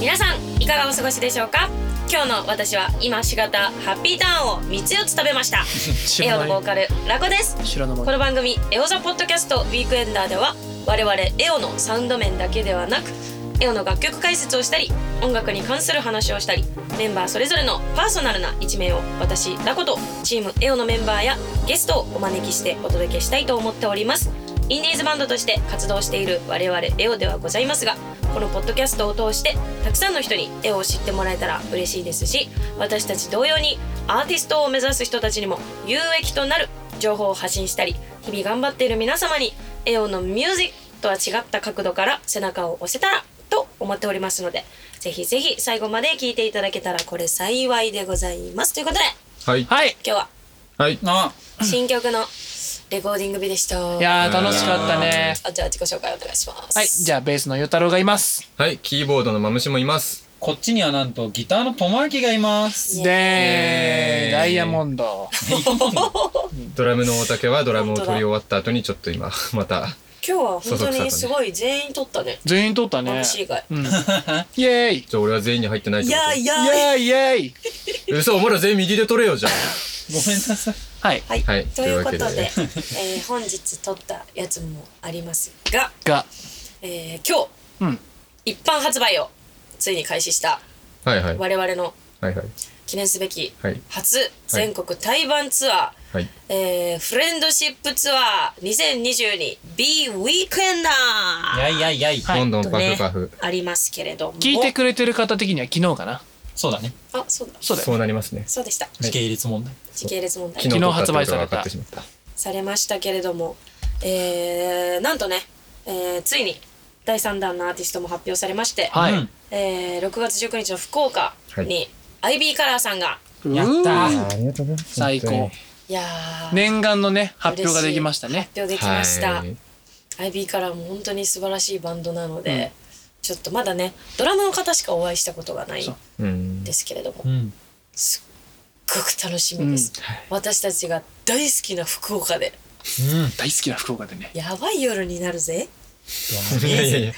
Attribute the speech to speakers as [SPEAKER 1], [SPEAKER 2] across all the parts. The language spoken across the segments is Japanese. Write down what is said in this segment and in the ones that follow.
[SPEAKER 1] 皆さんいかがお過ごしでしょうか今日の私は今しがたハッピーターンを3つ4つ食べました
[SPEAKER 2] 知
[SPEAKER 1] エオ
[SPEAKER 2] ら
[SPEAKER 1] のボー
[SPEAKER 2] ない
[SPEAKER 1] カルラコです
[SPEAKER 2] 知らな
[SPEAKER 1] こ
[SPEAKER 2] い
[SPEAKER 1] の番組「エオザポッドキャストウィークエンダー」では我々エオのサウンド面だけではなくエオの楽曲解説をしたり音楽に関する話をしたりメンバーそれぞれのパーソナルな一面を私ラコとチームエオのメンバーやゲストをお招きしてお届けしたいと思っておりますインディーズバンドとして活動している我々エオではございますがこのポッドキャストを通してたくさんの人に絵を知ってもらえたら嬉しいですし私たち同様にアーティストを目指す人たちにも有益となる情報を発信したり日々頑張っている皆様にエオのミュージックとは違った角度から背中を押せたらと思っておりますのでぜひぜひ最後まで聞いていただけたらこれ幸いでございますということで
[SPEAKER 3] はい。
[SPEAKER 2] はい
[SPEAKER 1] 今日は
[SPEAKER 3] はい。
[SPEAKER 4] あ
[SPEAKER 1] 新曲のレコーディング日でした
[SPEAKER 2] いやー楽しかったね
[SPEAKER 1] あじゃあ自己紹介お願いします
[SPEAKER 2] はいじゃあベースの与太郎がいます
[SPEAKER 3] はい。キーボードのマムシもいます。
[SPEAKER 4] こっちにはなんとギターの友明がいます。
[SPEAKER 2] で
[SPEAKER 3] イエーイ
[SPEAKER 2] ダイヤモンド
[SPEAKER 3] ドラムの大竹はドラムを取り終わった後にちょっと今、 また。
[SPEAKER 1] 今日は本当にすごい全員撮ったね
[SPEAKER 2] 全員取ったね
[SPEAKER 1] 私以外
[SPEAKER 2] うんイエーイイ
[SPEAKER 3] じゃあ俺は全員に入ってないっ
[SPEAKER 1] い
[SPEAKER 3] てこ
[SPEAKER 1] やいや
[SPEAKER 2] エーイイエーイ
[SPEAKER 3] と嘘、お前ら全員右で取れよ、じゃ
[SPEAKER 4] ごめんなさい。
[SPEAKER 2] はい
[SPEAKER 1] はい、
[SPEAKER 3] はい
[SPEAKER 1] ということで
[SPEAKER 3] というわけ
[SPEAKER 1] えー本日撮ったやつもありますが、
[SPEAKER 2] が
[SPEAKER 1] えー今
[SPEAKER 2] うん
[SPEAKER 1] 日一般発売をついに開始した
[SPEAKER 3] あ。はいはい。はい
[SPEAKER 1] 我々の
[SPEAKER 3] はい。
[SPEAKER 1] 記念すべき
[SPEAKER 3] はい
[SPEAKER 1] 初全国対バンツアー、
[SPEAKER 3] はい。
[SPEAKER 1] えーフレンドシップツアー 2022B ウィークエンダー
[SPEAKER 4] やいやいやい。
[SPEAKER 2] い
[SPEAKER 3] どんどん
[SPEAKER 1] と
[SPEAKER 3] パ
[SPEAKER 1] ね
[SPEAKER 3] フパフ。
[SPEAKER 1] ありますけれども
[SPEAKER 2] 聞いてくれてる方的には昨日かな
[SPEAKER 4] そうだね。
[SPEAKER 1] あそうだ
[SPEAKER 2] そうだよ
[SPEAKER 3] そうなりますね。
[SPEAKER 1] そうでした
[SPEAKER 4] 時系列問題。
[SPEAKER 1] 時系列問題
[SPEAKER 3] 昨日撮った
[SPEAKER 2] 昨日発売された
[SPEAKER 3] ってことが分かってしまった。
[SPEAKER 1] されましたけれども、えーなんとね、えーついに第3弾のアーティストも発表されまして、
[SPEAKER 2] はい
[SPEAKER 4] うん
[SPEAKER 1] えー6月19日の福岡に IB カラーさんが、
[SPEAKER 2] う
[SPEAKER 4] やった
[SPEAKER 2] ー
[SPEAKER 4] ー。
[SPEAKER 3] ありがとうございます
[SPEAKER 2] 最高
[SPEAKER 1] い、やー
[SPEAKER 2] 念願のね発表ができましたね
[SPEAKER 1] 発表できました、
[SPEAKER 3] はい。
[SPEAKER 1] IB カラーも本当に素晴らしいバンドなので、ちょっとまだねドラムの方しかお会いしたことがない
[SPEAKER 2] そ
[SPEAKER 1] ん
[SPEAKER 3] うん。
[SPEAKER 1] ですけれども
[SPEAKER 4] うん。
[SPEAKER 1] すっごく楽しみです、私たちが大好きな福岡で
[SPEAKER 2] 大好きな福岡でね
[SPEAKER 1] やばい夜になるぜ
[SPEAKER 3] いやいやいや。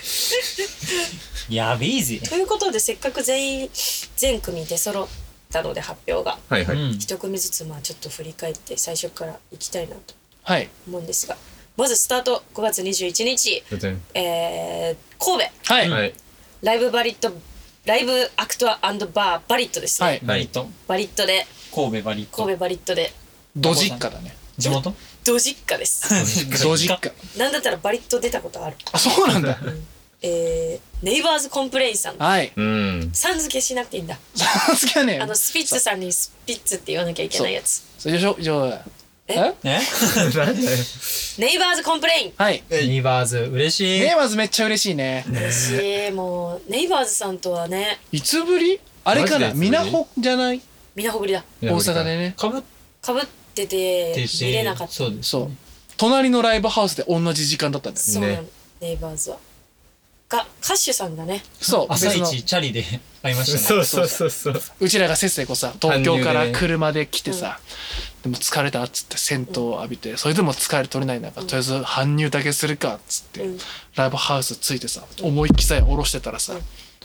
[SPEAKER 4] うん。やべえぜ。
[SPEAKER 1] ということでせっかく全員全組出揃ったので発表が
[SPEAKER 3] はいは
[SPEAKER 4] う
[SPEAKER 3] い。
[SPEAKER 4] ん。
[SPEAKER 1] 一組ずつまあちょっと振り返って最初からいきたいなと
[SPEAKER 2] はい
[SPEAKER 1] 思うんですがまずスタート5月21日、
[SPEAKER 3] 全
[SPEAKER 1] えー神戸
[SPEAKER 2] はい
[SPEAKER 3] はい。
[SPEAKER 1] ライブバリットライブアクトアバーバリットですね、
[SPEAKER 2] はい
[SPEAKER 4] バリット。
[SPEAKER 1] バリットで
[SPEAKER 4] 神戸バリット
[SPEAKER 1] 神。戸バリットで
[SPEAKER 2] ド実家だね
[SPEAKER 4] 地元
[SPEAKER 1] ド実家です
[SPEAKER 2] ド実家
[SPEAKER 1] なんだったらバリット出たことある、
[SPEAKER 2] あそうなんだ
[SPEAKER 1] えー、ネイバーズコンプレインさん
[SPEAKER 2] はい
[SPEAKER 3] うん。
[SPEAKER 1] さん付けしなくていいんだ
[SPEAKER 2] さすがね
[SPEAKER 1] あのスピッツさんにスピッツって言わなきゃいけないやつ
[SPEAKER 2] それでしょ以上え
[SPEAKER 1] え
[SPEAKER 4] ね。
[SPEAKER 3] なんだよ。
[SPEAKER 1] ネイバーズコンプレイン
[SPEAKER 2] はい
[SPEAKER 4] ニバーズ、嬉しい。
[SPEAKER 2] ねまずめっちゃ嬉しいね
[SPEAKER 1] 嬉しいもうネイバーズさんとはね
[SPEAKER 2] いつぶりあれか
[SPEAKER 3] マ
[SPEAKER 2] な
[SPEAKER 3] ジでいつぶり
[SPEAKER 2] みなほじゃない
[SPEAKER 1] みなほぐりだ
[SPEAKER 2] 大阪で。ね
[SPEAKER 4] かぶっ
[SPEAKER 1] かぶってて
[SPEAKER 4] てて。
[SPEAKER 1] 見れなかったそ
[SPEAKER 4] そううです。
[SPEAKER 2] そう隣のライブハウスで同じ時間だったんだ
[SPEAKER 1] な
[SPEAKER 2] よ
[SPEAKER 1] の、
[SPEAKER 3] ね
[SPEAKER 1] ネイバーズはが歌手さんがね
[SPEAKER 2] そう
[SPEAKER 4] 朝
[SPEAKER 2] 別の
[SPEAKER 4] 一チャリ で会いました
[SPEAKER 3] そ
[SPEAKER 4] ね。
[SPEAKER 3] うそうそうそう。
[SPEAKER 2] うちらがせっせこうさ東京から車で来てさでも疲れたっつって銭湯浴びてそれでも疲れ取れない中とりあえず搬入だけするかっつって
[SPEAKER 1] うん
[SPEAKER 2] ライブハウスついてさ思いっきさえ下ろしてたらさ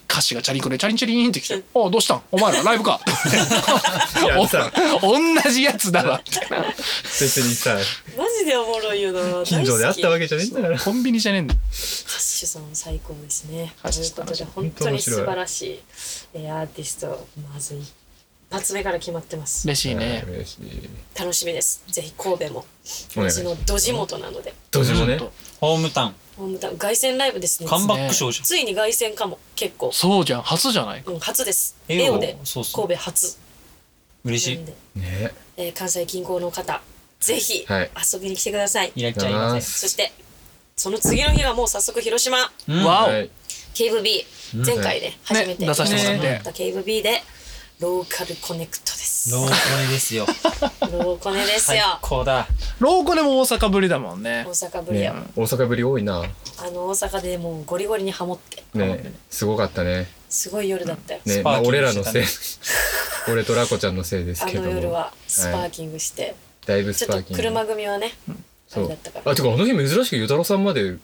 [SPEAKER 2] 歌詞がチャリンコでチャリンチャリンってきて「おうどうしたんお前らライブ か」
[SPEAKER 3] やさ、
[SPEAKER 2] 同じやつだわみたいな
[SPEAKER 3] 別にさ、
[SPEAKER 1] マジでおもろいよな
[SPEAKER 3] 近所で会ったわけじゃねえんだから。
[SPEAKER 2] コンビニじゃねえんだよ
[SPEAKER 1] 歌手さん最高ですねと
[SPEAKER 2] 歌手
[SPEAKER 1] いう
[SPEAKER 2] さ
[SPEAKER 1] こ
[SPEAKER 2] ん
[SPEAKER 1] とで本
[SPEAKER 3] 本
[SPEAKER 1] 当
[SPEAKER 3] 当
[SPEAKER 1] に
[SPEAKER 3] 面白い
[SPEAKER 1] 素晴らしいえーアーティストまず一発目から決まってます
[SPEAKER 2] 嬉しいね
[SPEAKER 3] 嬉しい。
[SPEAKER 1] 楽しみですぜひ神戸も
[SPEAKER 3] お願
[SPEAKER 1] う
[SPEAKER 3] いし
[SPEAKER 1] ち
[SPEAKER 3] ま
[SPEAKER 1] の
[SPEAKER 3] す。
[SPEAKER 1] ド地元なので
[SPEAKER 3] どうしようもね
[SPEAKER 2] ほ。んと
[SPEAKER 4] ホームタウン。
[SPEAKER 1] ホームタウン凱旋ライブですね
[SPEAKER 4] カンバック賞じゃん。
[SPEAKER 1] ついに凱旋かも結構、
[SPEAKER 2] そうじゃん初じゃない
[SPEAKER 1] うん、初です
[SPEAKER 4] え
[SPEAKER 1] エ
[SPEAKER 4] よ
[SPEAKER 1] オで
[SPEAKER 4] そうそう
[SPEAKER 1] 神戸初
[SPEAKER 4] 嬉し
[SPEAKER 1] ないん。で
[SPEAKER 3] ね。
[SPEAKER 1] えー関西近郊の方ぜひ
[SPEAKER 3] はい
[SPEAKER 1] 遊びに来てください、
[SPEAKER 4] いらっちゃいませ
[SPEAKER 1] そしてその次の日はもう早速広島
[SPEAKER 4] ん。うん。
[SPEAKER 2] わ青
[SPEAKER 3] はい。
[SPEAKER 1] KVB 前回ね初めて
[SPEAKER 2] 出させてもら
[SPEAKER 1] やっ
[SPEAKER 2] っ
[SPEAKER 1] てた KVB でローカルコネクトです
[SPEAKER 4] ローコネです よ。
[SPEAKER 1] ローコネです
[SPEAKER 4] 最
[SPEAKER 1] よ、
[SPEAKER 4] 高だ。
[SPEAKER 2] ローコでも大阪ぶりだもんね
[SPEAKER 1] 大阪ぶり
[SPEAKER 3] ね
[SPEAKER 1] や、
[SPEAKER 3] 大阪ぶり多いな。
[SPEAKER 1] あの大阪でもうゴリゴリにハモって
[SPEAKER 3] ね、すごかったね。
[SPEAKER 1] すごい夜だったよ、
[SPEAKER 3] ね、
[SPEAKER 4] スパ
[SPEAKER 3] まあ
[SPEAKER 4] ーキング
[SPEAKER 3] 俺ら
[SPEAKER 4] して
[SPEAKER 3] の
[SPEAKER 4] た
[SPEAKER 3] せ
[SPEAKER 4] ね
[SPEAKER 3] い、俺とラコちゃんのせいです
[SPEAKER 1] あ
[SPEAKER 3] けど
[SPEAKER 1] の
[SPEAKER 3] も。
[SPEAKER 1] 夜はスパーキングして、
[SPEAKER 3] だいぶ
[SPEAKER 1] ち
[SPEAKER 3] ス
[SPEAKER 1] ょ
[SPEAKER 3] パ
[SPEAKER 1] っ
[SPEAKER 3] ーキ
[SPEAKER 1] と
[SPEAKER 3] ング。
[SPEAKER 1] 車組はね、あ
[SPEAKER 3] そ
[SPEAKER 1] れだ
[SPEAKER 3] う
[SPEAKER 1] ったか。ら
[SPEAKER 3] あ、てかあの日珍しくゆたろさんまで
[SPEAKER 4] 飲ん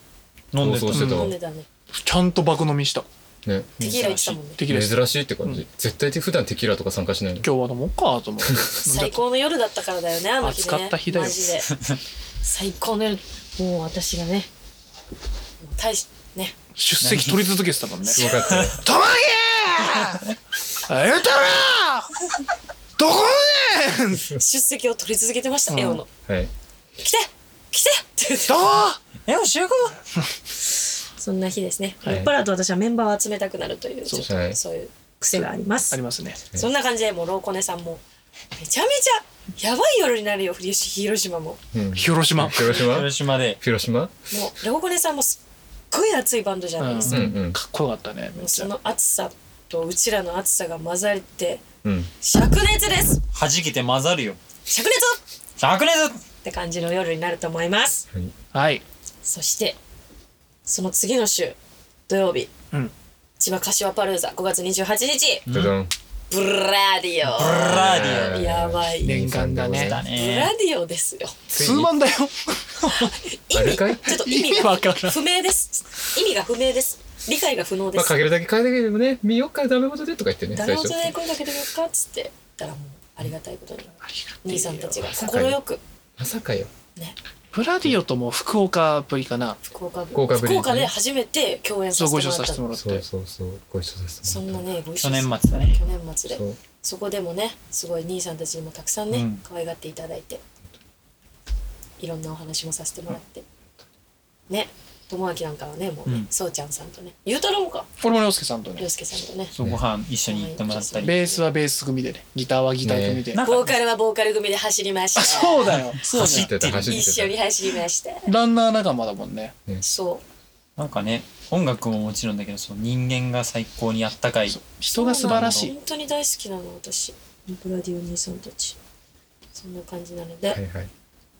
[SPEAKER 3] 放
[SPEAKER 4] でた
[SPEAKER 3] 送してた
[SPEAKER 2] う
[SPEAKER 3] わ
[SPEAKER 1] 飲ん。でたね
[SPEAKER 2] ちゃんと爆飲みした
[SPEAKER 3] ね
[SPEAKER 1] テキーラ言ってたもんね
[SPEAKER 2] テキーラ
[SPEAKER 3] 珍しいって感じ、絶対普段テキーラとか参加しないの
[SPEAKER 2] 今日は飲もうかと思って
[SPEAKER 1] 最高の夜だったからだよねあの日ね
[SPEAKER 2] 暑かった日だよ
[SPEAKER 1] マジで最高の夜もう私がね大しね
[SPEAKER 2] 出席取り続けてたもんね
[SPEAKER 3] すごかったね
[SPEAKER 2] 「ともげー!」「えたらどこねん!」
[SPEAKER 1] 出席を取り続けてました、エオの
[SPEAKER 3] はい
[SPEAKER 1] 来て来てって言って
[SPEAKER 2] どこ
[SPEAKER 4] え、もう集合
[SPEAKER 1] そんな日ですね、
[SPEAKER 3] はい
[SPEAKER 1] 酔っ払うと私はメンバーを集めたくなるという
[SPEAKER 2] そう
[SPEAKER 1] ちょっと
[SPEAKER 3] はい
[SPEAKER 1] そういう癖があります
[SPEAKER 2] ありますね
[SPEAKER 1] そんな感じでもうローコネさんもめちゃめちゃやばい夜になるよ広島も
[SPEAKER 3] うん
[SPEAKER 2] 広島
[SPEAKER 3] 広島
[SPEAKER 4] 広島で。
[SPEAKER 3] 広島
[SPEAKER 1] もうローコネさんもすっごい熱いバンドじゃないです
[SPEAKER 3] う
[SPEAKER 1] か、
[SPEAKER 3] んうん
[SPEAKER 2] かっこよかったねめ
[SPEAKER 1] も
[SPEAKER 2] っ
[SPEAKER 1] う
[SPEAKER 2] ち
[SPEAKER 1] そ
[SPEAKER 2] ゃ
[SPEAKER 1] の暑さとうちらの暑さが混ざって
[SPEAKER 3] うん
[SPEAKER 1] 灼熱です
[SPEAKER 4] 弾けて混ざるよ。
[SPEAKER 1] 灼熱
[SPEAKER 4] 灼熱
[SPEAKER 1] って感じの夜になると思います
[SPEAKER 3] はい
[SPEAKER 2] はい
[SPEAKER 1] そしてその次の週土曜日
[SPEAKER 2] うん
[SPEAKER 1] 千葉柏パルーザ5月28日
[SPEAKER 3] どどん
[SPEAKER 1] ブラディ
[SPEAKER 4] ブラーディ
[SPEAKER 1] オやばい、
[SPEAKER 2] 念願だね
[SPEAKER 4] オ。だ
[SPEAKER 1] ブラ
[SPEAKER 4] ね。
[SPEAKER 1] ディオですよ
[SPEAKER 2] ツーマンだよ
[SPEAKER 1] 意
[SPEAKER 3] あ
[SPEAKER 1] 味
[SPEAKER 3] れ
[SPEAKER 1] ちょ
[SPEAKER 3] かい
[SPEAKER 1] っと意味
[SPEAKER 2] 意味
[SPEAKER 1] が
[SPEAKER 2] わからん
[SPEAKER 1] 不明です意味が不明です理解が不能で、
[SPEAKER 3] ますあかけるだけかけるだけでもね見よっかダメ元でとか言ってね
[SPEAKER 1] 誰も
[SPEAKER 3] 最初
[SPEAKER 1] じゃない声かけてみようかっつって言ったらもうありがたいことに兄さんたちが
[SPEAKER 3] まさか
[SPEAKER 1] 快
[SPEAKER 3] よ
[SPEAKER 1] く
[SPEAKER 3] まさかよ
[SPEAKER 1] ね
[SPEAKER 2] ブラディオとも福岡ぶりかな
[SPEAKER 1] 福岡
[SPEAKER 3] 福岡ぶり
[SPEAKER 1] 福岡で初めて共演
[SPEAKER 2] そ
[SPEAKER 1] さ
[SPEAKER 2] う
[SPEAKER 1] せ
[SPEAKER 2] ご
[SPEAKER 1] ても
[SPEAKER 2] 一緒
[SPEAKER 1] ら
[SPEAKER 2] さ
[SPEAKER 1] っ
[SPEAKER 2] せ
[SPEAKER 1] た
[SPEAKER 2] てもらっ
[SPEAKER 3] そう
[SPEAKER 2] て
[SPEAKER 3] そうそうご一緒です
[SPEAKER 1] そんなねご一緒
[SPEAKER 4] 去年末だね
[SPEAKER 1] 去年末で
[SPEAKER 3] そう
[SPEAKER 1] そこでもねすごい兄さんたちにもたくさんね、
[SPEAKER 4] うん
[SPEAKER 1] 可愛がっていただいていろんなお話もさせてもらってね友明なんかはねもうね、
[SPEAKER 4] うん
[SPEAKER 1] そうちゃんさんとねゆうたろうもか
[SPEAKER 2] これも涼介さんとね
[SPEAKER 1] 涼介さんとね
[SPEAKER 4] そう、ご飯一緒に行ってもらったり。
[SPEAKER 2] ベースはベース組でねギターはギター組で
[SPEAKER 4] ね
[SPEAKER 1] ボーカルはボーカル組で走りました
[SPEAKER 2] あそう だよそうだ
[SPEAKER 4] 走
[SPEAKER 2] よ
[SPEAKER 4] ってる。
[SPEAKER 3] 走
[SPEAKER 1] 一緒に走りました
[SPEAKER 2] ランナー仲間だもんね
[SPEAKER 1] そう
[SPEAKER 4] なんかね、音楽ももちろんだけど、そう人間が最高にあったかい。
[SPEAKER 2] 人が素晴らしい
[SPEAKER 1] 本当に大好きなの私ブラディオ兄さんたちそんな感じなので、
[SPEAKER 3] はいはい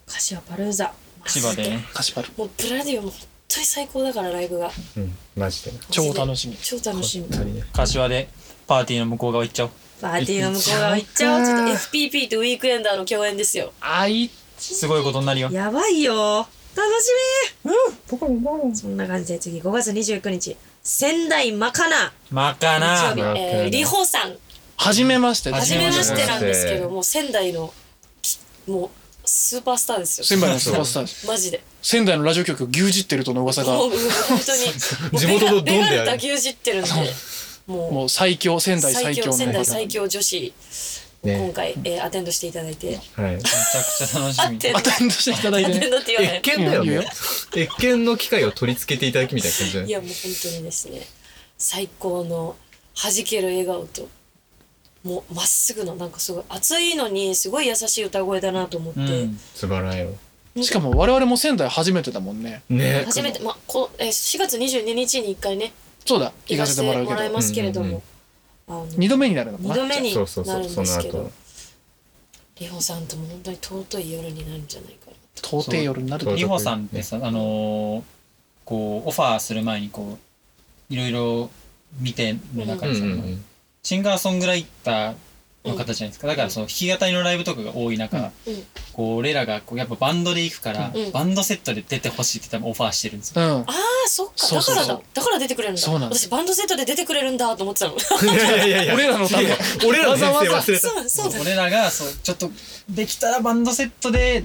[SPEAKER 1] 柏パルーザ
[SPEAKER 4] 千葉でね。
[SPEAKER 2] カシパル
[SPEAKER 1] もうブラディオも本当に最高だからライブが
[SPEAKER 3] うんマジで
[SPEAKER 2] 超楽しみ
[SPEAKER 1] 超楽しみ
[SPEAKER 3] 本当にね
[SPEAKER 4] 柏でパーティーの向こう側行っちゃおう。
[SPEAKER 1] パーティーの向こう側行っちゃおうちょっと FPP とウィークエンダーの共演ですよ
[SPEAKER 2] あい
[SPEAKER 4] すごいことになるよ。
[SPEAKER 1] やばいよ楽しみそんな感じで次5月29日仙台マカナ
[SPEAKER 4] まかな
[SPEAKER 1] 日曜
[SPEAKER 3] マカ
[SPEAKER 1] 日、
[SPEAKER 3] ナ
[SPEAKER 1] えー、リホさん
[SPEAKER 2] はじめまして
[SPEAKER 4] は
[SPEAKER 1] 初
[SPEAKER 4] じ
[SPEAKER 1] め
[SPEAKER 4] め
[SPEAKER 1] ま
[SPEAKER 4] ま
[SPEAKER 1] し
[SPEAKER 4] して
[SPEAKER 1] てなんですけどもう仙台のきもうスーパースターですよ
[SPEAKER 2] 仙台のスーパースターです
[SPEAKER 1] マジで
[SPEAKER 2] 仙台のラジオ局を牛耳ってるとの噂が
[SPEAKER 1] もう本当に
[SPEAKER 3] 地元のドンであ
[SPEAKER 1] ベ
[SPEAKER 3] る
[SPEAKER 1] ガベガルタ牛耳ってるんでも
[SPEAKER 2] もう最強仙
[SPEAKER 1] う
[SPEAKER 2] 台最
[SPEAKER 1] 最
[SPEAKER 2] 強
[SPEAKER 1] 強
[SPEAKER 2] の
[SPEAKER 1] 仙台最強女子今
[SPEAKER 3] ね
[SPEAKER 1] 回、えーアテンドしていただいて
[SPEAKER 3] はい
[SPEAKER 4] めちゃくちゃ楽し
[SPEAKER 1] ア
[SPEAKER 4] み。
[SPEAKER 1] テン
[SPEAKER 2] アテンドしていただい
[SPEAKER 1] ア
[SPEAKER 2] て
[SPEAKER 1] テン
[SPEAKER 2] ね
[SPEAKER 1] ドって言わない
[SPEAKER 3] 越見だよ
[SPEAKER 2] いいよ
[SPEAKER 3] ね越見の機会を取り付けていただきみたいな感じだ
[SPEAKER 1] い
[SPEAKER 3] ね
[SPEAKER 1] やもう本当にですね最高の弾ける笑顔ともうまっすぐのなんかすごい熱いのにすごい優しい歌声だなと思って、
[SPEAKER 4] うん。
[SPEAKER 3] 素晴らしいよ
[SPEAKER 2] しかも我々も仙台初めてだもんね
[SPEAKER 3] ね
[SPEAKER 1] 初めて、まあこえー4月22日に1回ね
[SPEAKER 2] そうだ
[SPEAKER 1] 行
[SPEAKER 2] 行か
[SPEAKER 1] か
[SPEAKER 2] せ
[SPEAKER 1] せ
[SPEAKER 2] て
[SPEAKER 1] て
[SPEAKER 2] も
[SPEAKER 1] も
[SPEAKER 2] らうけ
[SPEAKER 1] らい
[SPEAKER 2] ど
[SPEAKER 1] ますけれども、あの
[SPEAKER 2] 二度目になるのか
[SPEAKER 1] 二
[SPEAKER 2] な
[SPEAKER 1] 度目にな
[SPEAKER 3] そ
[SPEAKER 1] る
[SPEAKER 3] うそうそうんそ
[SPEAKER 1] で
[SPEAKER 3] の
[SPEAKER 1] すけど
[SPEAKER 3] 後
[SPEAKER 1] リホさんとも本当に尊い夜になるんじゃないかな
[SPEAKER 2] 到底夜になる
[SPEAKER 3] そう
[SPEAKER 4] リホさんってさ、あのーこう、オファーする前にこう、いろいろ見てる中
[SPEAKER 3] うん
[SPEAKER 4] で
[SPEAKER 3] う
[SPEAKER 4] さ、
[SPEAKER 3] んうん
[SPEAKER 4] シンガーソングライターの方じゃないですか。だからその弾き語りのライブとかが多い中、
[SPEAKER 1] うん
[SPEAKER 4] こう、俺らがこう、やっぱバンドで行くから、
[SPEAKER 1] うん
[SPEAKER 4] バンドセットで出てほしいって多分オファーしてるんですよ。
[SPEAKER 2] うん
[SPEAKER 1] ああそっか
[SPEAKER 2] そうそう
[SPEAKER 1] だ
[SPEAKER 2] そ
[SPEAKER 1] から
[SPEAKER 2] う
[SPEAKER 1] だだから出てくれるんだ
[SPEAKER 2] そうなんです
[SPEAKER 1] 私バンドセットで出てくれるんだと思って たのそ
[SPEAKER 3] いやいやいや
[SPEAKER 2] 俺らのため
[SPEAKER 3] いや俺らの先生
[SPEAKER 2] わ
[SPEAKER 3] 忘れた
[SPEAKER 1] うそうだ
[SPEAKER 4] 俺らが、そう、ちょっと、できたらバンドセットで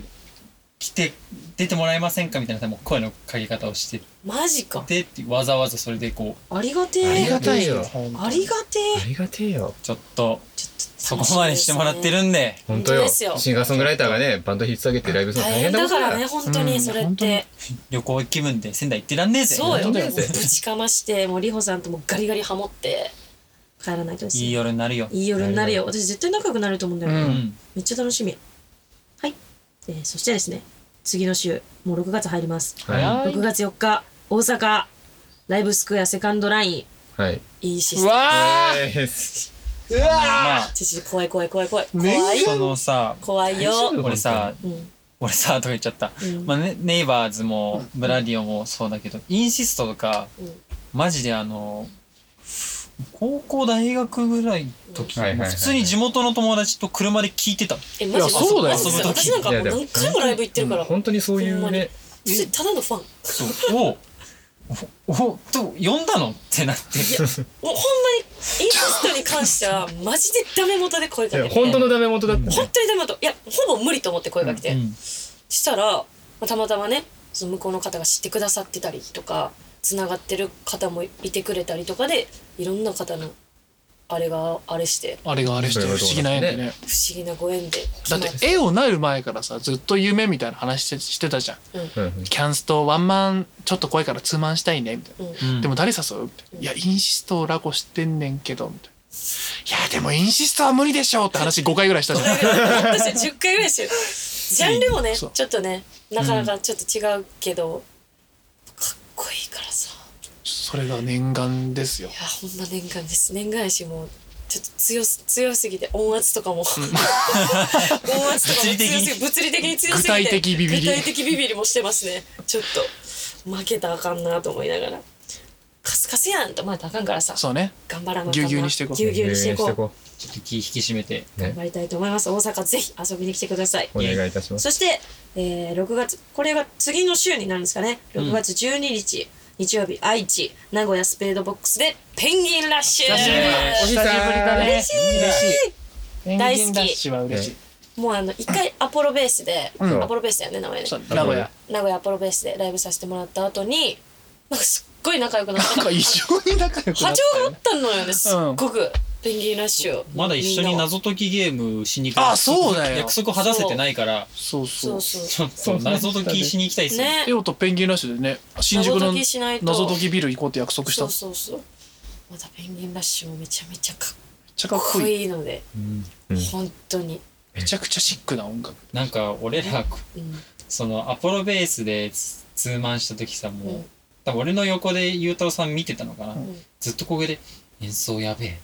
[SPEAKER 4] 来て、出てもらえませんかみたいな多分声のかけ方をして
[SPEAKER 1] マジか
[SPEAKER 4] てって、わざわざそれでこう、
[SPEAKER 1] ありがて
[SPEAKER 2] あり
[SPEAKER 1] え
[SPEAKER 2] がたいよ
[SPEAKER 3] ね
[SPEAKER 2] 本当に
[SPEAKER 1] ありがてえ
[SPEAKER 3] ありがてえよ
[SPEAKER 4] ちょっと、
[SPEAKER 1] ちょ
[SPEAKER 4] そ
[SPEAKER 1] っと楽
[SPEAKER 4] こ
[SPEAKER 1] しみですね
[SPEAKER 4] までしてもらってるんで、
[SPEAKER 3] 本当よ
[SPEAKER 1] 本当ですよ
[SPEAKER 3] シンガーソングライターがねバンド引っ提げてライブするの
[SPEAKER 1] 大
[SPEAKER 3] 大
[SPEAKER 1] 変
[SPEAKER 3] 変な
[SPEAKER 1] だ
[SPEAKER 3] こ
[SPEAKER 1] か
[SPEAKER 3] と
[SPEAKER 1] ら
[SPEAKER 3] だ
[SPEAKER 1] ね
[SPEAKER 3] よ
[SPEAKER 1] 本当に
[SPEAKER 2] うん
[SPEAKER 1] それっ
[SPEAKER 2] 本当に
[SPEAKER 1] て
[SPEAKER 4] 旅行気分で仙台行ってらんねえぜ。
[SPEAKER 1] そうよ
[SPEAKER 2] 本当だ
[SPEAKER 1] も
[SPEAKER 2] よ
[SPEAKER 1] うぶちかましてもうリホさんともガリガリハモって帰らないとですね
[SPEAKER 4] いい夜になるよ。
[SPEAKER 1] いい夜になるよ私絶対仲良くなると思うんだよね
[SPEAKER 2] う
[SPEAKER 4] うんん。
[SPEAKER 1] めっちゃ楽しみはい、えーそしてですね次の週もう6月入ります
[SPEAKER 3] は
[SPEAKER 2] はい
[SPEAKER 1] 6月4日大阪ライブスクエアセカンドライン
[SPEAKER 3] いはい
[SPEAKER 1] EC
[SPEAKER 2] うわー
[SPEAKER 3] えー
[SPEAKER 2] うわ
[SPEAKER 4] まあ、
[SPEAKER 1] ちょちょ怖い怖い怖い怖い怖
[SPEAKER 2] ね
[SPEAKER 1] い
[SPEAKER 4] そ
[SPEAKER 1] よ
[SPEAKER 4] のさ、
[SPEAKER 1] 怖い
[SPEAKER 3] 大丈
[SPEAKER 1] よ
[SPEAKER 3] 夫
[SPEAKER 4] 俺さ、
[SPEAKER 1] うん
[SPEAKER 4] 俺さ、とか言っちゃった。
[SPEAKER 1] うん
[SPEAKER 4] まあ、ね、ネイバーズも、ブラディオもそうだけど、インシストとか、
[SPEAKER 1] うん
[SPEAKER 4] マジであの、高校、大学ぐらいの時、
[SPEAKER 3] はいはいはいはい
[SPEAKER 4] 普通に地元の友達と車で聞いてた。
[SPEAKER 1] えマジ
[SPEAKER 2] いやそうだよ
[SPEAKER 1] マジで
[SPEAKER 4] 遊ぶ時
[SPEAKER 1] 私なんかもう
[SPEAKER 3] いやでも
[SPEAKER 1] 何回もライブ行ってるから
[SPEAKER 3] 本当にそういうね
[SPEAKER 1] 普通にただのファン
[SPEAKER 4] そう。を、おおと呼んだのってなって
[SPEAKER 1] もうほんまにインパストに関してはマジでダメ元で声かけて
[SPEAKER 3] 本当のダメ元だった
[SPEAKER 1] 本当にダメ元いやほぼ無理と思って声かけて、
[SPEAKER 4] うん
[SPEAKER 1] したらまあたまたまねその向こうの方が知ってくださってたりとかつながってる方もいてくれたりとかでいろんな方のあれがあれして
[SPEAKER 2] あれがあれして不思議な縁でね
[SPEAKER 1] 不思議なご縁で
[SPEAKER 2] だって絵をなる前からさずっと夢みたいな話してしてたじゃん
[SPEAKER 3] うんうん
[SPEAKER 2] キャンスとワンマンちょっと怖いからツーマンしたいねみたいな
[SPEAKER 1] うん
[SPEAKER 4] うん
[SPEAKER 2] でも誰誘うみたいな「いやインシストラコ知ってんねんけど」みたいな「いやでもインシストは無理でしょ」って話5回ぐらいした じゃん
[SPEAKER 1] 私10回ぐらいしてるジャンルもねち
[SPEAKER 2] そう
[SPEAKER 1] ょっとねなかなかちょっと違うけど、かっこいいからさ
[SPEAKER 2] それが念願ですよ
[SPEAKER 1] いやほんま念願です念願やしもうちょっと強す強すぎて音圧と かも音圧とかも強すぎて物理的に強すぎて
[SPEAKER 2] 具体的ビビり
[SPEAKER 1] 具体的ビビりもしてますねちょっと負けたらあかんなと思いながらカスカスやんとまだあかんからさ
[SPEAKER 2] そうね
[SPEAKER 1] 頑張らなあかんな
[SPEAKER 2] ぎゅうぎゅうにしていこう
[SPEAKER 1] ぎゅうぎゅうにしていこう
[SPEAKER 3] こ
[SPEAKER 4] ちょっと気引き締めて
[SPEAKER 3] うね
[SPEAKER 1] 頑張りたいと思います大阪ぜひ遊びに来てください
[SPEAKER 3] お願いいたします
[SPEAKER 1] そして、えー6月これが次の週になるんですかね6月12日、日曜日愛知名古屋スペードボックスでペンギンラッシュ
[SPEAKER 2] ラッシュ
[SPEAKER 3] お久しぶりだね
[SPEAKER 1] 嬉しい
[SPEAKER 2] 嬉しい
[SPEAKER 1] 大好き
[SPEAKER 2] ペンギンダッシュは嬉しい
[SPEAKER 1] もうあの一回アポロベースで、
[SPEAKER 2] うん
[SPEAKER 1] アポロベースだよね名前ね
[SPEAKER 2] そう名古屋
[SPEAKER 1] 名古屋アポロベースでライブさせてもらった後になんかすっごい仲良くな った
[SPEAKER 2] なんか異常に仲良くなった
[SPEAKER 1] 波
[SPEAKER 2] よね
[SPEAKER 1] 長があったのよねすっごく、ペンギンラッシュ
[SPEAKER 4] まだ一緒に謎解きゲームしに行く
[SPEAKER 2] あそうだよ
[SPEAKER 4] 約束果たせてないから
[SPEAKER 2] そう
[SPEAKER 1] そ
[SPEAKER 2] そうう
[SPEAKER 1] そ
[SPEAKER 4] ちょっと謎解きしに行きたいで
[SPEAKER 1] う
[SPEAKER 4] すよ
[SPEAKER 1] ね
[SPEAKER 2] エオとペンギンラッシュでね新宿
[SPEAKER 1] 謎
[SPEAKER 2] の
[SPEAKER 1] 解きしないと
[SPEAKER 2] 謎解きビル行こうって約束した
[SPEAKER 1] そ
[SPEAKER 2] め
[SPEAKER 1] う
[SPEAKER 2] っ
[SPEAKER 1] そうそうまたペンギンラッシュもめちゃめちゃかっ
[SPEAKER 2] ちゃかっ
[SPEAKER 1] こ
[SPEAKER 2] こいい
[SPEAKER 1] いいので
[SPEAKER 3] うん
[SPEAKER 1] 本当に、
[SPEAKER 2] めちゃくちゃシックな音楽
[SPEAKER 4] なんか俺ら
[SPEAKER 1] うん、
[SPEAKER 4] そのアポロベースでツツーマンした時さもう、
[SPEAKER 1] うん
[SPEAKER 4] 多分俺の横でゆうたろうさん見てたのかな、
[SPEAKER 1] ん
[SPEAKER 4] ずっと小声で「演奏やべえ」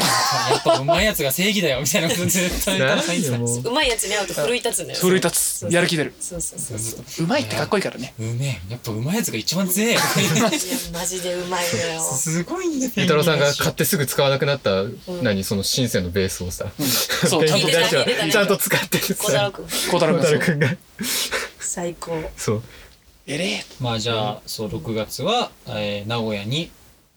[SPEAKER 4] やっぱうまいやつが正義だよみたいなことずっと言うたろうさん言ってた
[SPEAKER 3] 何
[SPEAKER 4] の
[SPEAKER 3] も
[SPEAKER 1] うまいやつに会うと奮い立つんだよ
[SPEAKER 2] 奮い立
[SPEAKER 1] そ
[SPEAKER 2] つ
[SPEAKER 1] うそう
[SPEAKER 2] やる気出る
[SPEAKER 1] そうそうそう
[SPEAKER 4] ずっと
[SPEAKER 2] うまいってかっこいいからね
[SPEAKER 4] うめえやっぱうまいやつが一番強えよ
[SPEAKER 1] いやマジでうまいのよ
[SPEAKER 4] すごいんだよ
[SPEAKER 3] ゆたろうさんが買ってすぐ使わなくなった、何そのシンセのベースをさ、
[SPEAKER 2] そうちゃん
[SPEAKER 3] ペン
[SPEAKER 2] と
[SPEAKER 3] ギンラッシュは
[SPEAKER 1] 聞いてたね
[SPEAKER 3] ちゃんと使って
[SPEAKER 1] 小
[SPEAKER 3] る
[SPEAKER 1] 太郎
[SPEAKER 3] さ
[SPEAKER 1] くん
[SPEAKER 2] 小太郎
[SPEAKER 3] 小太
[SPEAKER 2] 君そう
[SPEAKER 3] 郎くんが
[SPEAKER 1] 最高
[SPEAKER 3] そう
[SPEAKER 2] えれえ
[SPEAKER 4] まあじゃあそう6月は、えー名古屋に